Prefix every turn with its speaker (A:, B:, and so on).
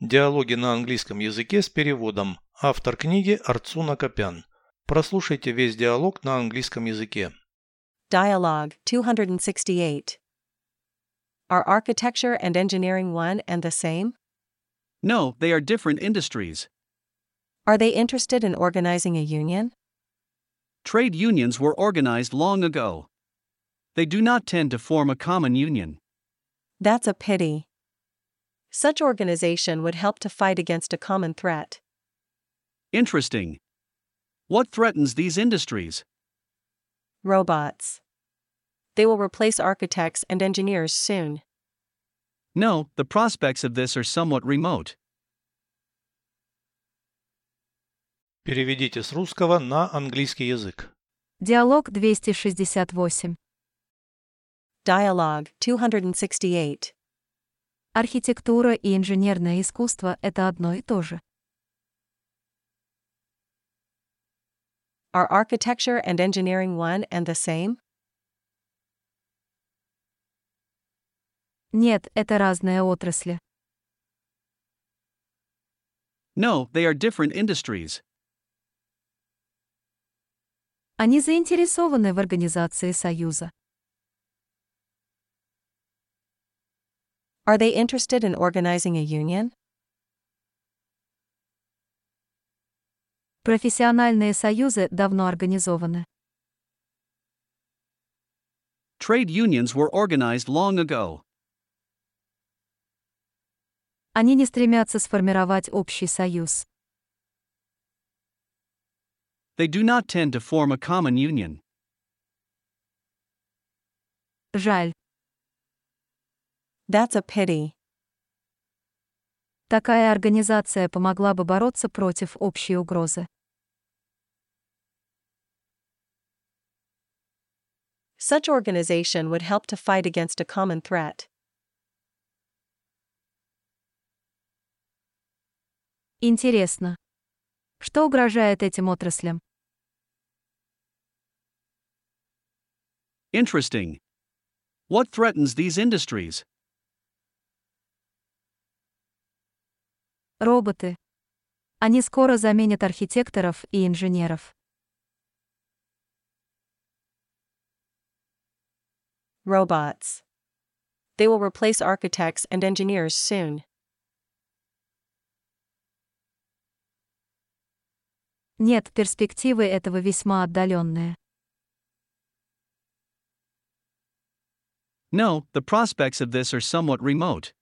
A: Диалоги на английском языке с переводом. Автор книги Арцуна Копян. Прослушайте весь диалог на английском языке.
B: Dialogue 268. Are architecture and engineering one and the same?
C: No, they are different industries.
B: Are they interested in organizing a union?
C: Trade unions were organized long ago. They do not tend to form a common union.
B: That's a pity. Such organization would help to fight against a common threat.
C: Interesting. What threatens these industries?
B: Robots. They will replace architects and engineers soon.
C: No, the prospects of this are somewhat remote.
A: Переведите с русского на английский язык.
D: Диалог 268.
B: Dialogue 268.
D: Архитектура и инженерное искусство – это одно и то же.
B: Are architecture and engineering one and the same?
D: Нет, это разные отрасли.
C: No, they are different industries.
D: Они заинтересованы в организации союза.
B: Are they interested in organizing a union?
D: Профессиональные союзы давно организованы.
C: Trade unions were organized long ago.
D: Они не стремятся сформировать общий союз.
C: They do not tend to form a common union.
D: Жаль.
B: That's a pity.
D: Такая организация помогла бы бороться против общей угрозы.
B: Such organization would help to fight against a common threat.
D: Интересно. Что угрожает этим отраслям?
C: Interesting. What threatens these industries?
D: Роботы. Они скоро заменят архитекторов и инженеров.
B: Robots. They will replace architects and engineers soon.
D: Нет, перспективы этого весьма отдаленные.
C: No, the prospects of this are somewhat remote.